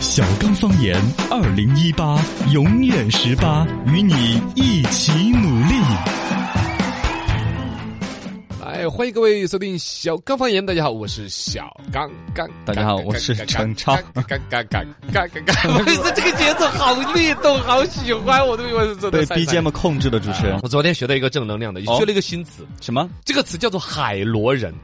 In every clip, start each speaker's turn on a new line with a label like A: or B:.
A: 小刚方言二零一八永远十八，与你一起努力。
B: 来，欢迎各位收听小刚方言。大家好，我是小刚刚。
C: 大家好我是程超
B: 刚刚刚刚刚 刚。每次这个节奏好律动，好喜欢，我都以为是真的
C: 被
B: 塞塞
C: BGM 控制的主持人。
B: 我昨天学到一个正能量的，
C: 哦
B: 学了一个新词，
C: 什么
B: 这个词叫做海螺人。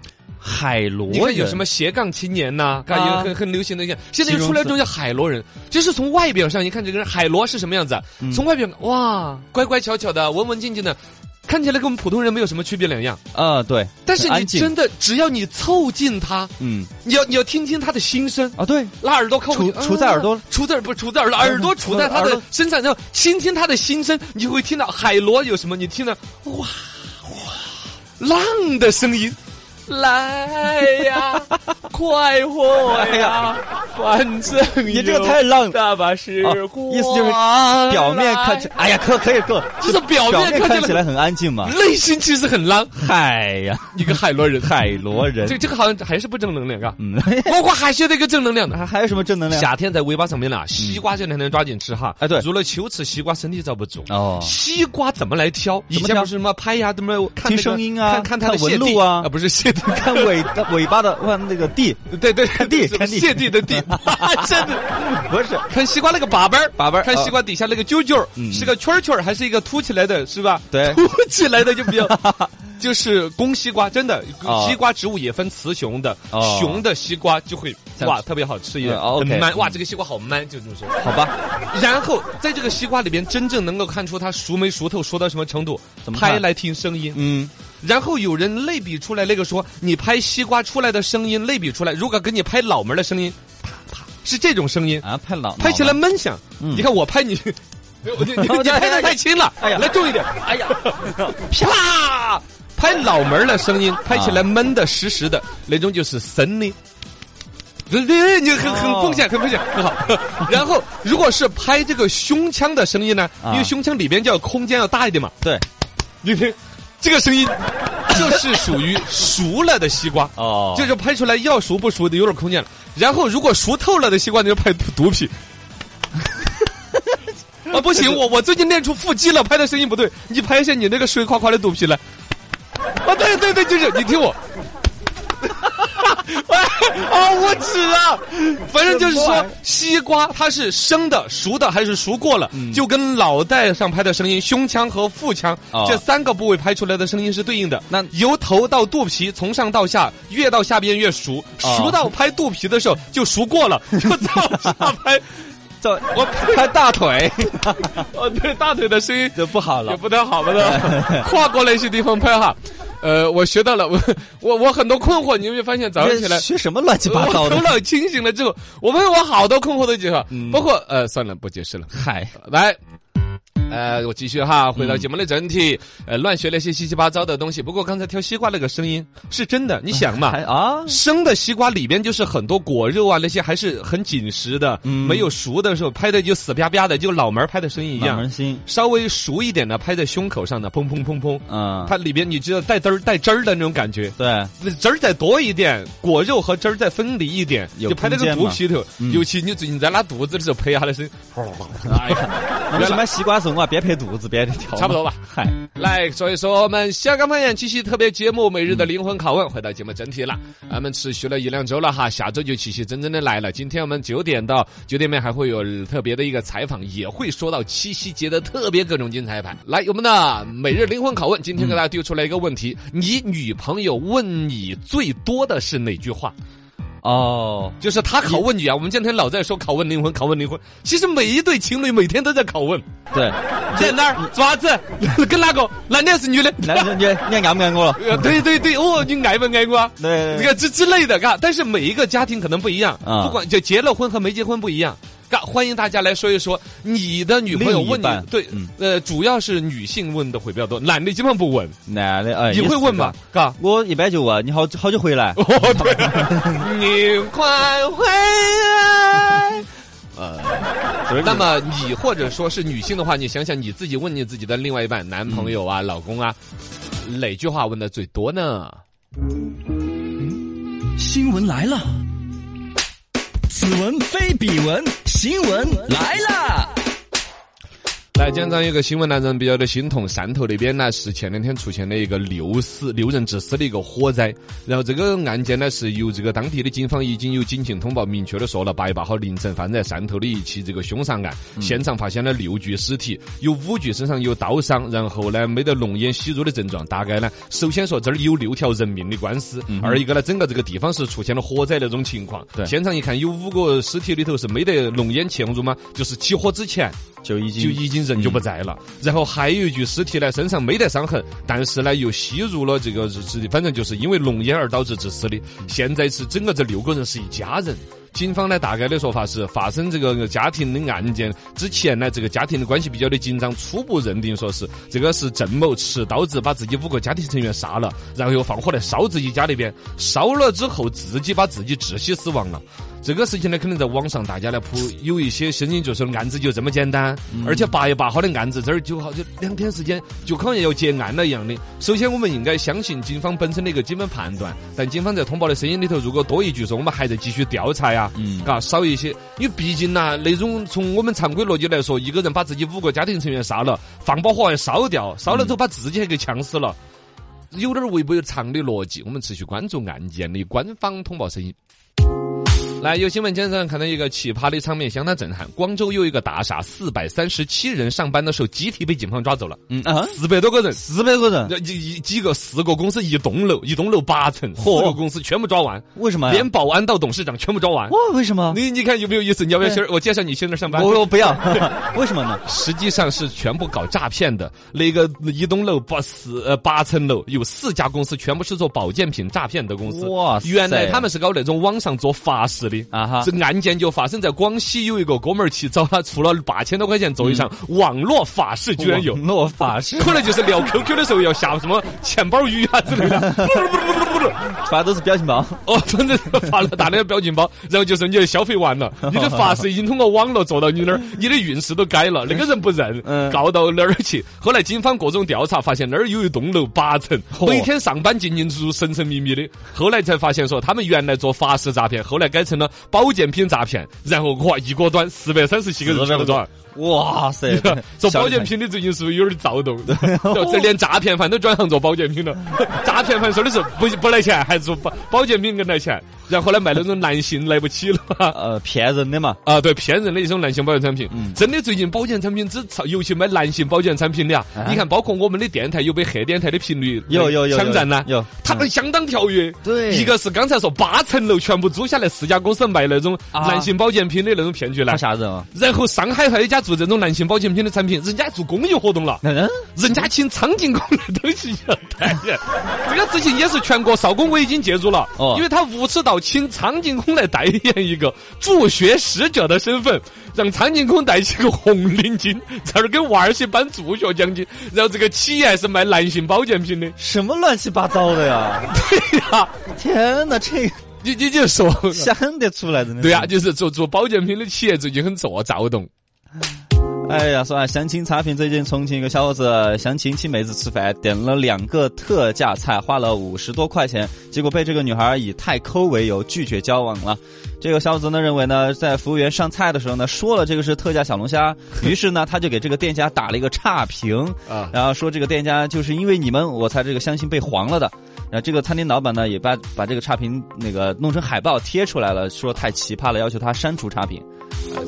C: 海螺
B: 你看有
C: 人
B: 什么斜杠青年呐、看有
C: 啊
B: 很很流行的一些，现在
C: 形
B: 又
C: 容
B: 出来这
C: 词嗯
B: 种叫海螺人，就是从外表上一看这个人，海螺是什么样子啊？从外表哇，乖乖巧巧的，文文静静的，看起来跟我们普通人没有什么区别两样。
C: 啊？对，
B: 但是
C: 很
B: 你
C: 安静
B: 真的只要你凑近他，
C: 嗯
B: 你要你要听听他的心声，
C: 啊，对，
B: 拉耳朵靠过去
C: 杵杵在耳朵嗯
B: 啊杵在耳不是杵在耳朵，耳朵杵在他
C: 耳
B: 的
C: 朵
B: 身上，然后倾听他的心声，你就会听到海螺有什么，你听到哇哇浪的声音。来 呀，快活哎
C: 哎
B: 呀！反正
C: 你这个太浪
B: 大把时
C: 哦
B: 光、啊
C: 意思就是表面看起，哎呀，可可以够，
B: 就是表
C: 表
B: 面
C: 面看
B: 看
C: 起来很安 静嘛。
B: 内心其实很浪。
C: 海呀，
B: 一个海螺人，
C: 海螺人
B: 这，这个好像还是不正能量啊。
C: 嗯，
B: 我我还学到一个正能量的，
C: 还还有什么正能量？
B: 夏天在尾巴上面啦，啊西瓜这两天抓紧吃哈。
C: 啊嗯哎对
B: 入了秋吃西瓜身体遭不住。
C: 哦，
B: 西瓜怎么来挑？以
C: 怎么
B: 前
C: 挑
B: 不是什么拍呀，怎么看那个
C: 听声音啊
B: 看看它的
C: 看纹
B: 谢地
C: 路啊
B: 不是 谢地，
C: 看尾的尾巴的哇，那个地
B: 对对，
C: 地
B: 什么
C: 看地
B: 谢地的 地，真的。
C: 不是
B: 看西瓜那个把把儿，
C: 把把儿
B: 看
C: 啊
B: 西瓜底下那个揪揪儿，
C: 嗯
B: 是个圈儿圈儿还是一个凸起来的，是吧？
C: 对
B: 凸起来的就比 较，就是公西瓜，真的
C: 哦，
B: 西瓜植物也分雌雄的
C: 哦，
B: 雄的西瓜就会
C: 像
B: 哇特别好吃一点，
C: 嗯哦
B: 很
C: ，OK
B: man，哇这个西瓜好 man，就这么说。
C: 好吧？
B: 然后在这个西瓜里边，真正能够看出它熟没熟透，熟到什么程度，
C: 怎么看
B: 拍来听声音。
C: 嗯，
B: 然后有人类比出来那个说，你拍西瓜出来的声音类比出来，如果跟你拍脑门的声音，啪啪是这种声音，
C: 啊，拍脑
B: 拍起来，闷响。
C: 嗯
B: 你看我拍你。 你你 你你拍的太轻了，
C: 哎呀
B: 来重一点，哎呀， 啪，拍脑门的声音，拍起来闷的实实的，那种就是森林。对对，你很很
C: 哦
B: 风险，很风险，很好。 然后，如果是拍这个胸腔的声音呢，
C: 啊
B: 因为胸腔里边就要空间要大一点嘛，
C: 对，
B: 你听这个声音，就是属于熟了的西瓜，
C: 哦，
B: 就是拍出来要熟不熟的有点空间了。然后，如果熟透了的西瓜，你就拍毒品。啊，不行，我我最近练出腹肌了，拍的声音不对，你拍一下你那个水垮垮的肚皮来。啊，对对对，就是你听我。 啊，我指啊，反正就是
C: 什么
B: 说
C: 玩意儿，
B: 西瓜它是生的、熟的还是熟过了，
C: 嗯
B: 就跟脑袋上拍的声音、胸腔和腹腔、
C: 哦
B: 这三个部位拍出来的声音是对应的。
C: 那
B: 由头到肚皮，从上到下，越到下边越熟，
C: 哦
B: 熟到拍肚皮的时候就熟过 了，就照下拍。
C: 这
B: 我
C: 拍大腿
B: 哦，对，大腿的声音
C: 就不好
B: 也
C: 了。
B: 不太好吧 都，跨过那些地方拍哈。呃，我学到了，我我我很多困惑，你有没有发现早上起来？
C: 学什么乱七八
B: 我
C: 糟的
B: 头？脑清醒了之后，我发现我好多困惑都解释了，
C: 嗯
B: 包括呃，算了，不解释了。
C: 海
B: 来。呃，我继续哈，回到节目的整体，呃，乱学那些稀奇八糟的东西。不过刚才挑西瓜那个声音是真的，你想嘛
C: 海，啊，
B: 生的西瓜里边就是很多果肉啊，那些还是很紧实的，
C: 嗯
B: 没有熟的时候拍的就死啪啪的，就脑门儿拍的声音一
C: 满
B: 样
C: 门。心，
B: 稍微熟一点的拍在胸口上的，砰砰砰砰，
C: 嗯，
B: 它里边你知道带汁儿带汁儿的那种感觉。
C: 对。
B: 汁儿再多一点，果肉和汁儿再分离一点，
C: 有
B: 就拍那个
C: 空间
B: 肚
C: 嘛
B: 皮头。
C: 嗯
B: 尤其你最近在拉肚子的时候，拍一下那 声音，哎呀，
C: 我们去买西瓜的时候啊，别拍肚子，别跳，
B: 差不多吧。
C: 嗨，
B: 来，所以说我们香港方言七夕特别节目每日的灵魂拷问，回到节目整体了。俺们持续了一两周了哈，下周就七夕真正的来了。今天我们九点到九点半还会有特别的一个采访，也会说到七夕节的特别各种精彩版。来，我们的每日灵魂拷问，今天给大家丢出来一个问题：你女朋友问你最多的是哪句话？
C: 哦，
B: 就是她拷问你啊。我们今天老在说拷问灵魂，拷问灵魂。其实每一对情侣每天都在拷问，
C: 对，
B: 在哪儿爪子嗯 跟哪个男的还是女的？
C: 男生你你爱不爱我了？
B: 呃，对对对，哦，你爱不爱我啊？
C: 对
B: 这
C: 对对
B: 个之之类的，嘎，但是每一个家庭可能不一样，
C: 啊
B: 不管就结了婚和没结婚不一样，嘎，欢迎大家来说一说你的女朋友问
C: 另
B: 你
C: 一半，
B: 对
C: 嗯，
B: 呃，主要是女性问的会比较多，男的基本上不问，
C: 男的哎，
B: 你会问吗？？嘎，
C: 我一般就问你好好久回来，
B: 哦对，你快回来。呃
C: 就是
B: 那么你或者说是女性的话，你想想你自己问你自己的另外一半，男朋友啊、老公啊，哪句话问的最多呢？
A: 新闻来了，此文非彼文，新闻来啦！
B: 来，讲讲一个新闻呢，人比较的心痛。汕头那边呢是前两天出现了一个六死六人致死的一个火灾，然后这个案件呢是由这个当地的警方已经有警情通报，明确的说了，八月八号凌晨发生在汕头的一起这个凶杀案，现场发现了六具尸体，有五具身上有刀伤，然后呢没得浓烟吸入的症状。大概呢，首先说这儿有六条人命的官司，二一个呢整个这个地方是出现了火灾那种情况。
C: 对
B: 现场一看有五个尸体里头是没得浓烟潜入吗？就是起火之前。
C: 就已经嗯
B: 就已经人就不在了。然后还有一具尸体呢，身上没得伤痕，但是呢又吸入了这个是，反正就是因为浓烟而导致致死的。现在是整个这六个人是一家人。警方呢，大概的说法是，发生这个家庭的案件之前呢，这个家庭的关系比较的紧张，初步认定说是这个是郑某持刀子把自己五个家庭成员杀了，然后又放火来烧自己家那边，烧了之后自己把自己窒息死亡了。这个事情呢，可能在网上大家来铺有一些声音，就说案子就这么简单，而且八月八号的案子这儿就好像两天时间就好像要结案了一样的。首先，我们应该相信警方本身的一个基本判断，但警方在通报的声音里头，如果多一句说我们还在继续调查呀，
C: 嗯
B: 啊，少一些，因为毕竟呐、那种从我们常规逻辑来说，一个人把自己五个家庭成员杀了，放把火还烧掉，烧了之后把自己还给呛死了。有点违背常理逻辑，我们持续关注案件的官方通报声音。来，有新闻今天早上看到一个奇葩的场面，相当震撼。广州有一个大厦，四百三十七人上班的时候集体被警方抓走了，
C: 嗯啊，
B: 四百多个人，
C: 四百个人，
B: 这一一几个四个公司一栋楼，一栋楼八层，四个公司全部抓完，
C: 为什么呀？
B: 连保安到董事长全部抓完。
C: 哇，为什么？
B: 你你看有没有意思？你要不要先？我介绍你去那儿上班。
C: 我我不 要，为什么呢？
B: 实际上是全部搞诈骗的。那个一栋楼八四呃八层楼有四家公司，全部是做保健品诈骗的公司。
C: 哇塞
B: 原来他们是搞那种网上做法事的
C: 啊哈
B: 这案件就发生在广西，有一个哥们儿去找他，出了八千多块钱做一场网络法事，居然有。
C: 嗯网络法师，
B: 可能就是聊 QQ 的时候要下什么钱包鱼啊之类的，不不不不不不，
C: 发都是表情包。
B: 哦，真的是发了大量的表情 包，然后就说你就消费完了，你的发饰已经通过网络做到你那儿，你的运势都改了，那个人不认，
C: 嗯
B: 告到哪儿去？后来警方各种调查，发现那儿有一栋楼八层，
C: 嚯
B: 每天上班进进出出，神神秘秘的。后来才发现说，他们原来做法式诈骗，后来改成了保健品诈骗，然后哇，一锅端四百三十七个人全部抓。，
C: 哇塞
B: 做保健品的最近是不是有点躁动？这连诈骗犯都转行做保健品 了。诈骗犯说的是不不来钱，还是保保健品更来钱。然后呢，卖那种男性来不起了。
C: 呃骗人的嘛，
B: 啊，对，骗人的一种男性保健产品，
C: 嗯
B: 真的最近保健产品只炒，尤其买男性保健产品的啊，
C: 啊
B: 你看，包括我们的电台有被黑电台的频率
C: 有有有
B: 抢占呢，
C: 有有嗯
B: 他们相当跳跃。
C: 对
B: 一个是刚才说八层楼全部租下来，四家公司卖那种
C: 啊
B: 男性保健品的那种骗局来
C: 好，吓人啊！
B: 然后上海还有一家做这种男性保健品的产品，人家做公益活动了，
C: 嗯，
B: 人家请苍井空来东西要代言。这个之前也是全国少工委已经介入了，
C: 哦
B: 因为他无耻到请苍井空来代言一个助学使者的身份，让苍井空带起个红领巾，在那儿给娃儿些颁助学奖金，然后这个企业还是卖男性保健品的，
C: 什么乱七八糟的呀！
B: 对呀、
C: 天哪，这个
B: 你你就说。
C: 想得出来真的。
B: 对呀、，就是做做保健品的企业最近很做啊躁动。
C: 哎呀，说啊，详情差评最近重庆一个小伙子详情请妹子吃饭，点了两个特价菜，花了五十多块钱，结果被这个女孩以太抠为由拒绝交往了。这个小伙子呢认为呢，在服务员上菜的时候呢，说了这个是特价小龙虾，于是呢他就给这个店家打了一个差评，
B: 啊
C: 然后说这个店家就是因为你们我才这个相信被黄了的。然后这个餐厅老板呢也把把这个差评那个弄成海报贴出来了，说太奇葩了，要求他删除 差评。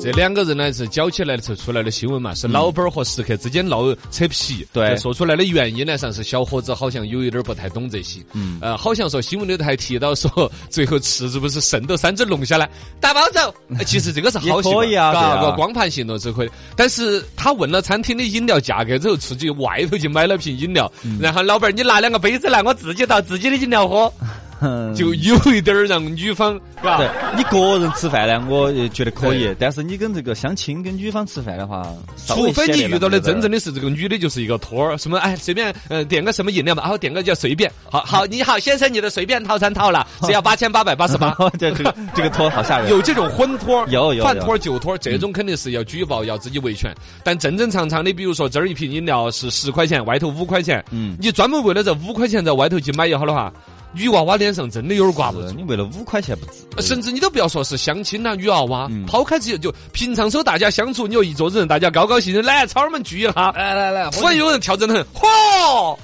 B: 这两个人呢是搅起来的时候出来的新闻嘛，是老板儿和食客之间闹扯皮。
C: 对
B: 这说出来的原因呢，上是小伙子好像有一点儿不太懂这些。
C: 嗯
B: 呃，好像说新闻里头还提到说，最后吃是不是剩到三只龙虾来打包 走？呃其实这个是好习惯
C: 也可以啊
B: 嘎
C: 对啊
B: 个光盘行动是可以。但是他问了餐厅的饮料价格之后，出去外头去买了瓶饮料，
C: 嗯
B: 然后老板儿你拿两个杯子来，我自己倒自己的饮料 喝，
C: 哼
B: 就有一点儿让女方嘎。
C: 对你个人吃饭呢，我呃觉得可
B: 啊
C: 以
B: 对，
C: 但是你跟这个相亲跟女方吃饭的话，稍
B: 除
C: 微
B: 非你遇到的真正
C: 的
B: 的是这个女的，就是一个托儿，什么哎随便呃点个什么饮料嘛，然后点个叫随便，好好你好先生你的随便套餐套了，只要八千八百八十 八。
C: 这这个这个托好吓人。
B: 有这种婚托儿、
C: 有嗯有
B: 饭
C: 有
B: 托儿、酒托儿，这种肯定是要举报，要自己维权。但正正常常的，比如说这儿一瓶饮料是十块钱，外头五块钱，
C: 嗯
B: 你专门为了这五块钱在外头去买一好的话，女娃娃脸上真的有点挂不
C: 是
B: 住。呃
C: 你为了五块钱不值，
B: 甚至你都不要说是相亲啊啦、女娃娃，
C: 嗯
B: 抛开这些，就平常时候大家相处，你就一桌子人，大家高高兴兴来草儿们聚一下。
C: 来来来，
B: 突然有人跳针很，嚯！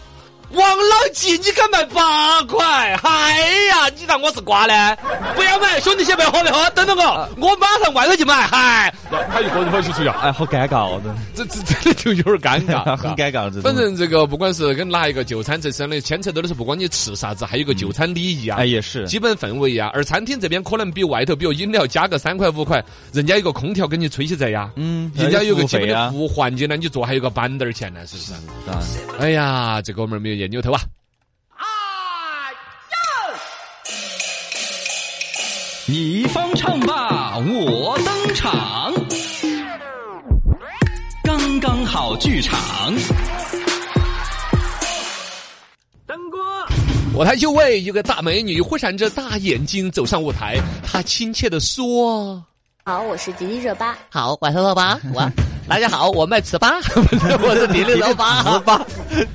B: 王老吉，你敢卖八块？哎呀，你当我是瓜呢？不要买，兄弟先别喝别喝，等等我，我马上外头去买。嗨，他一个人跑起出去啊，
C: 哎，好尴尬哦，真的
B: 这这真的就有点尴尬，
C: 很尴尬，这种
B: 反正这个不管是跟哪一个就餐这上的牵扯到的是，不光你吃啥子，还有个就餐礼仪啊
C: 哎。也是，
B: 基本氛围呀、而餐厅这边可能比外头，比如饮料加个三块五块，人家有个空调给你吹起在呀，
C: 嗯
B: 人家有个基
C: 肥
B: 本的
C: 啊
B: 服，务环境呢，你坐还有个板凳儿钱呢，是不是？
C: 当然
B: 哎呀，这哥们儿没有研究头啊！
D: 你方唱罢我登场，刚刚好剧场。灯光。
B: 我台就位有个大美女，忽闪着大眼睛走上舞台，她亲切地说
E: 好，我是迪丽热巴。
F: 好，我是老八，我 大家好，我卖糍粑， 我是迪丽热巴，糍粑，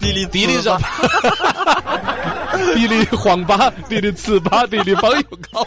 C: 迪丽：“
B: 迪丽热巴， 迪丽黄巴，迪丽糍粑， 迪丽包邮糕。”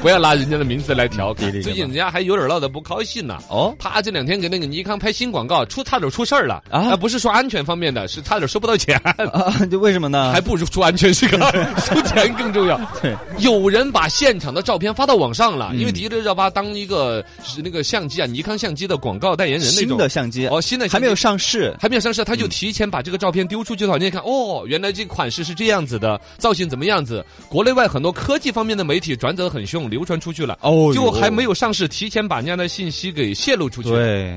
B: 不要拿人家的名字来调侃
C: 迪丽热，巴
B: 最近人家还有点闹得不高兴呢。
C: 哦，
B: 啪！这两天给那个尼康拍新广告，出差点出事儿了
C: 啊
B: 啊！不是说安全方面的，是差点收不到钱，
C: 啊， 就为什么呢？
B: 还不如出安全是个 收钱更重要。
C: 对，嗯
B: 有人把现场的照片发到网上了，因为迪丽热巴当一个是那个相机啊，尼康相机的广告代言人那
C: 新
B: 种
C: 的相机
B: 哦，新的
C: 还
B: 相
C: 没有嗯
B: 机
C: 上市，
B: 还没有上市，他就提前把这个照片丢出去的话，你一看哦，原来这款式是这样子的，造型怎么样子？国内外很多科技方面的媒体转载很凶，流传出去了。
C: 哦
B: 就
C: 哟
B: 还没有上市，提前把人家的信息给泄露出去。，
C: 对，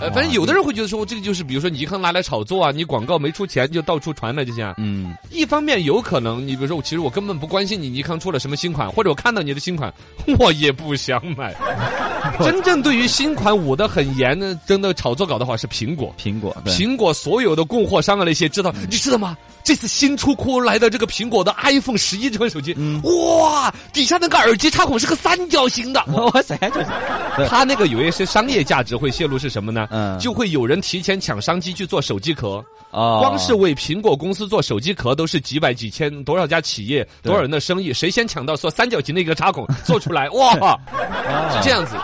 B: 呃，反正有的人会觉得说，这个就是比如说尼康拿来炒作啊，你广告没出钱就到处传了这些啊。
C: 嗯，
B: 一方面有可能，你比如说，我其实我根本不关心你尼康出了什么新款，或者我看到你的新款，我也不想 买。真正对于新款捂得很严的，真的炒作搞的话是苹果。
C: 苹果， 对嗯
B: 苹果所有的供货商啊那些知道，你知道吗？这次新出库来的这个苹果的 iPhone 十一这款手机，
C: 嗯
B: 哇，底下那个耳机插孔是个三角形 的，
C: 哇塞，就是哦对
B: 它那个有一些商业价值会泄露是什么呢？
C: 嗯
B: 就会有人提前抢商机去做手机壳，
C: 哦，
B: 光是为苹果公司做手机壳都是几百几千多少家企业
C: 对
B: 多少人的生意，谁先抢到说三角形的一个插 孔做出来，哇，是这样子。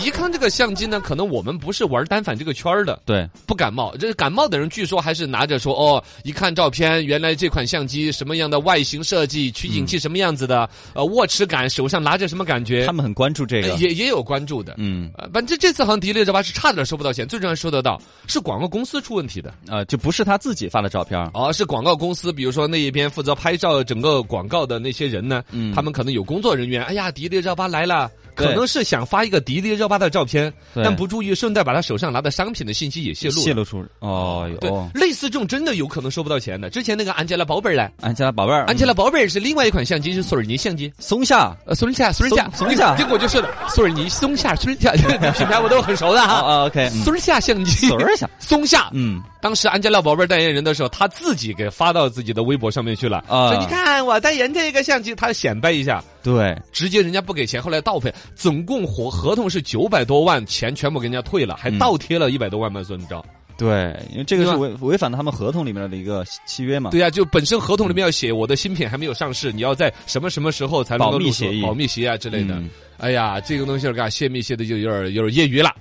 B: 尼康这个相机呢，可能我们不是玩单反这个圈儿的，
C: 对，
B: 不感冒。这感冒的人据说还是拿着说哦，一看照片，原来这款相机什么样的外形设计，取景器什么样子的，呃，握持感，手上拿着什么感觉，
C: 嗯他们很关注这个，
B: 也也有关注的。
C: 嗯
B: 呃，反正这次好像迪丽热巴是差点收不到钱，最重要收得到，是广告公司出问题的。
C: 啊，就不是他自己发的照片，
B: 哦，是广告公司，比如说那一边负责拍照整个广告的那些人呢，
C: 嗯
B: 他们可能有工作人员，哎呀，迪丽热巴来了。
C: 对
B: 可能是想发一个迪丽热巴的照片，
C: 对
B: 但不注意顺带把他手上拿的商品的信息也泄露了。
C: 泄露出，哦
B: 对
C: 哟，，
B: 类似这种真的有可能收不到钱的。之前那个安吉拉·宝贝儿呢，
C: 安琪拉宝贝儿，嗯
B: 安吉拉·宝贝儿是另外一款相机，是索尔尼相机。
C: 松下，
B: 呃，索尼下，索尼下，
C: 松松下
B: 结果就是的索尔尼松下，索尼下，这个品牌我都很熟的
C: 啊
B: 哈。
C: 啊，OK，嗯
B: 松下相机，
C: 松儿下，
B: 松下，
C: 嗯，
B: 当时安吉拉·宝贝儿代言人的时候，他自己给发到自己的微博上面去了，
C: 啊
B: 说你看我代言这个相机，他显摆一下，
C: 对，
B: 直接人家不给钱，后来倒赔，总共合合同是九百多万，钱全部给人家退了，还
C: 嗯
B: 倒贴了一百多万嘛，算你知道？
C: 对，因为这个
B: 对
C: 是
B: 吧
C: 违违反了他们合同里面的一个契约嘛。
B: 对呀、就本身合同里面要写我的新品还没有上市，你要在什么什么时候才能够
C: 保密
B: 入手
C: 协议
B: 保密协议啊之类的。
C: 嗯
B: 哎呀，这个东西儿嘎泄密泄的就有点儿有点儿业余了。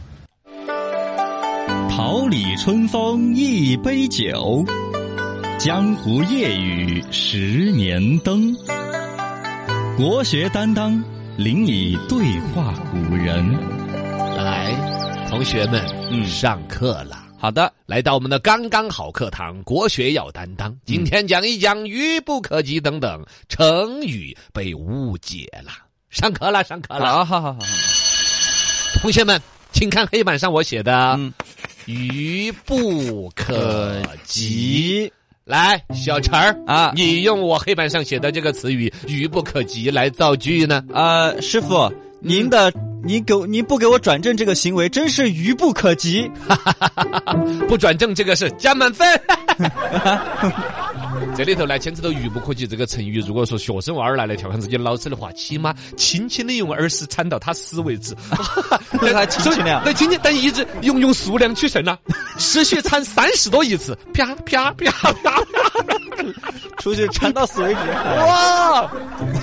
A: 桃李春风一杯酒，江湖夜雨十年灯。国学担当，领你对话古人。
B: 来，同学们，
C: 嗯
B: 上课了。
C: 好的，
B: 来到我们的刚刚好课堂，国学要担当。今天讲一讲“愚不可及”等等成语被误解了。上课了，上课了，
C: 啊好好好好，
B: 同学们，请看黑板上我写的
C: 嗯
B: “愚不可及
C: 急”。
B: 来，小陈儿
C: 啊
B: 你用我黑板上写的这个词语“愚不可及”来造句呢？
C: 啊，师傅，您的您给我您不给我转正这个行为真是愚不可及。
B: 不转正这个是加满分。 这里头呢，牵扯到“愚不可及”这个成语。如果说学生娃儿拿来调侃自己老师的话，起码轻轻的用耳屎铲到他死为 止。
C: 还轻轻的啊
B: 那轻轻，但一直用用数量 取胜呐，持续铲三十多一次，啪啪啪啪啪，
C: 出去馋到死为 止。
B: 哇，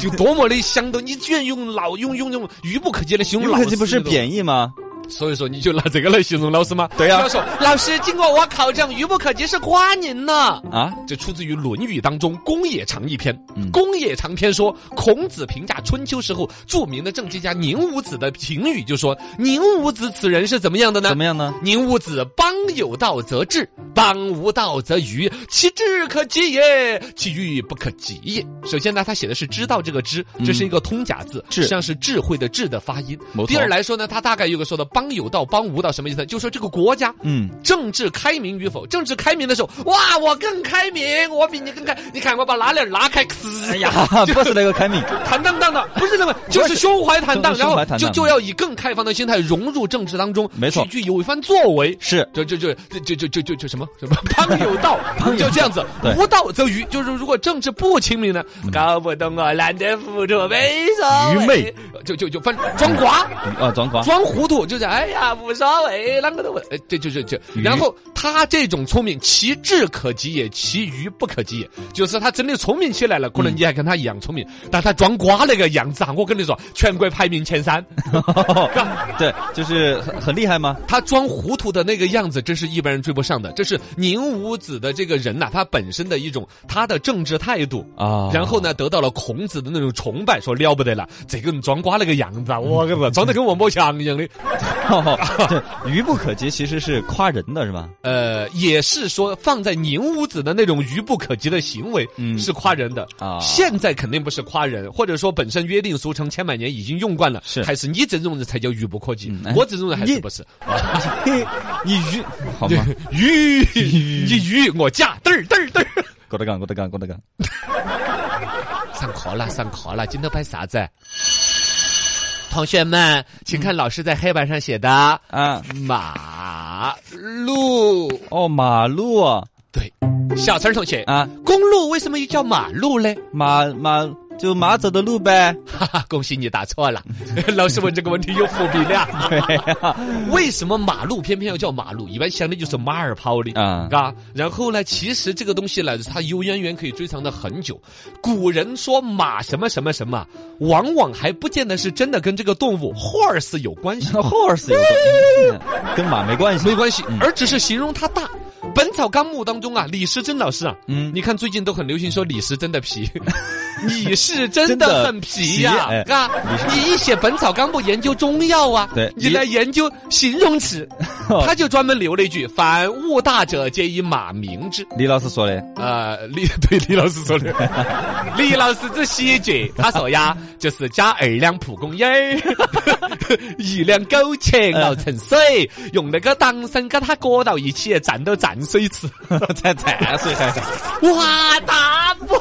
B: 就多么的想到，你居然用老用用用愚不可及来形容
C: 不
B: 老
C: 可
B: 师，
C: 及不是，贬义吗？
B: 所以说你就拿这个来形容老师吗？
C: 对呀
B: 不要说老师，经过我考证，愚不可及是夸您呢。
C: 啊，
B: 这出自于《论语》当中《公冶长》一篇。
C: 嗯
B: 公冶长》篇说，孔子评价春秋时候著名的政治家宁武子的评语就说：“宁武子此人是怎么样的呢？”
C: 怎么样 呢？
B: 宁武子邦有道则治，邦无道则愚。其智可及也，其愚不可及也。首先呢，他写的是“知道”这个“知”，这是一个通假字，实
C: 智
B: 际上是智慧的“智”的发音
C: 嗯没。错
B: 第二来说呢，他大概有个说的“邦有道，邦无道”什么意思呢？就说这个国家，
C: 嗯，
B: 政治开明与否？政治开明的时候，哇，我更开明，我比你更开。你看我把拉链拉开，哎呀，
C: 啊，不是那个凯敏，
B: 坦荡荡的，不是那么，就是胸怀坦荡，
C: 就是
B: 然
C: 胸
B: 后
C: 怀坦荡
B: 就就要以更开放的心态融入政治当中，
C: 没错
B: 去去有一番作为。
C: 是
B: 这这这这这这这这这什么什么？邦有 道，就这样子
C: 对，嗯
B: 无道则愚。就是如果政治不清明呢，搞不懂啊，懒得付出，没所
C: 愚昧
B: 谓，就就就反正装瓜。
C: 啊，装瓜，
B: 装糊涂就是哎呀无所谓，啷个都不，哎，这就就就，
C: 愚
B: 然后他这种聪明，其智可及也，其愚不可及也，就是他真的聪明起来了，可
C: 嗯
B: 能你还跟他一样聪明，但他装瓜那个样子啊，我跟你说，全国排名前三，
C: 对，就是很很厉害吗？
B: 他装糊涂的那个样子，真是一般人追不
C: 嗯
B: 上的。这是宁武子的这个人呐、他本身的一种他的政治态度
C: 啊
B: 然后呢，得到了孔子的那种崇拜，说了不得了，这个人装瓜那个样子啊，
C: 嗯
B: 我跟你说，装得跟王宝强一样的。
C: 对，愚不可及其实是夸人的是吧？
B: 呃，也是说放在宁武子的那种愚不可及的行为，
C: 嗯
B: 是夸人的
C: 啊
B: 现在肯定不是夸人，或者说本身约定俗成千百年已经用惯了，
C: 是
B: 还是你这种人才叫愚不可及，
C: 嗯哎
B: 我这种人还
C: 你
B: 是不 是？
C: 嘿你愚好 吗？
B: 愚，你愚我嫁，嘚儿嘚儿嘚儿。
C: 郭德纲，郭德纲，郭德纲，
B: 上课了，上课了，今天摆啥子？同学们，请看老师在黑板上写的
C: 啊，
B: 马路。
C: 哦，马路啊，
B: 对，小陈同学，
C: 啊
B: 公路为什么又叫马路嘞？
C: 马马就马走的路呗。
B: 哈哈，恭喜你答错 了。老师问这个问题有伏笔的啊。
C: 对呀，
B: 为什么马路偏偏要叫马路？一般想的就是马儿跑的
C: 啊。
B: 啊然后呢，其实这个东西呢，它有渊源可以追藏的很久。古人说马什么什么什么，往往还不见得是真的跟这个动物 horse 有关系
C: horse 有的 嗯跟马没关系
B: 没关系，而只是形容它大。《本草纲目》当中啊，李时珍老师啊，
C: 嗯
B: 你看最近都很流行说李时珍的 皮，你是真
C: 真的
B: 的很皮呀、
C: 皮哎
B: 啊！你一写《本草纲目》研究中药啊，
C: 对哦
B: 你来研究形容 词，他就专门留了一句：“凡物大者，皆以马名之。”
C: 李老师 说的，
B: 呃，李对李老师说的，李老师之喜剧，他说呀，就是加二两蒲公英 儿，一两枸杞熬成水，用那个党参给它裹到一起，蘸到蘸水吃。
C: 在
B: 啊
C: 在水还在。
B: 哇，大补！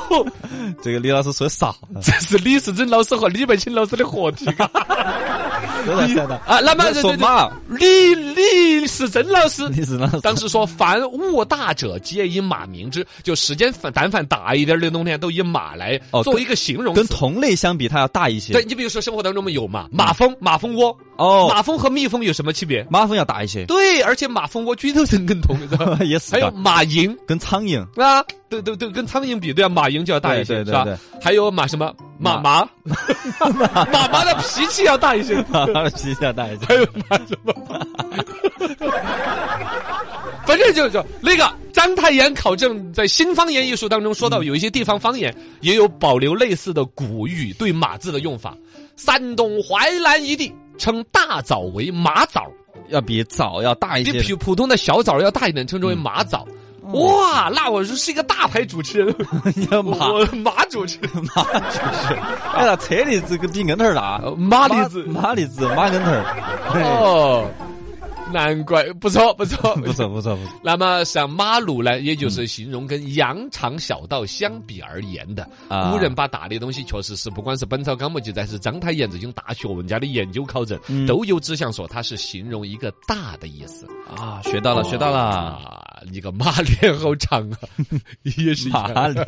C: 这个李老师说的 啊啥？
B: 这是李时珍老师和李白清老师的合 体啊！
C: 都 在说的
B: 啊那么
C: 在说马，
B: 李李时珍老师，
C: 李是老师
B: 当时说凡物大者皆以马名之，就时间反但凡大一点的东西啊都以马来
C: 哦
B: 作为一个形容词。
C: 跟同类相比，它要大一些。
B: 对，，你比如说生活当中我们有马，马蜂、马蜂窝。
C: 哦
B: 马蜂和蜜蜂有什么区别？
C: 马蜂要大一些，
B: 对，而且马蜂窝居头层更痛， 是吧
C: 也是
B: 还
C: 的
B: 有马蝇
C: 跟苍蝇
B: 啊，对对对，跟苍蝇比，对啊，马蝇就要大一些，是
C: 对对对
B: 吧？还有马什么马 麻，马麻的脾气要大一些。
C: 皮要大一些。
B: 还有马什么？ 反正就是说那个章太炎考证在新方言艺术当中说到，有一些地方方言也有保留类似的古语对“马”字的用法。山东淮南一地称大枣为马枣，
C: 要比枣要大一
B: 比
C: 些。
B: 普
C: 嗯
B: 普通的小枣要大一点，称之为马枣。哇，那我说是一个大牌主持人，
C: 你要 马
B: 我马主持人，
C: 马就是，哎呀，车厘子跟比硬头儿大，
B: 呃马栗子
C: 马栗子，马硬头儿，
B: 哦，难怪不错不错
C: 不错不错不错
B: 那么像马路呢，也就是形容跟羊肠小道相比而言的。
C: 啊
B: 古人把大的东西确实是，不管是《本草纲目》记载，是章太炎这种大学问家的研究考证，
C: 嗯
B: 都有指向说它是形容一个大的意思。
C: 啊，学到了学到了， 哦
B: 啊，你个马脸好长啊，也是一样
C: 马脸。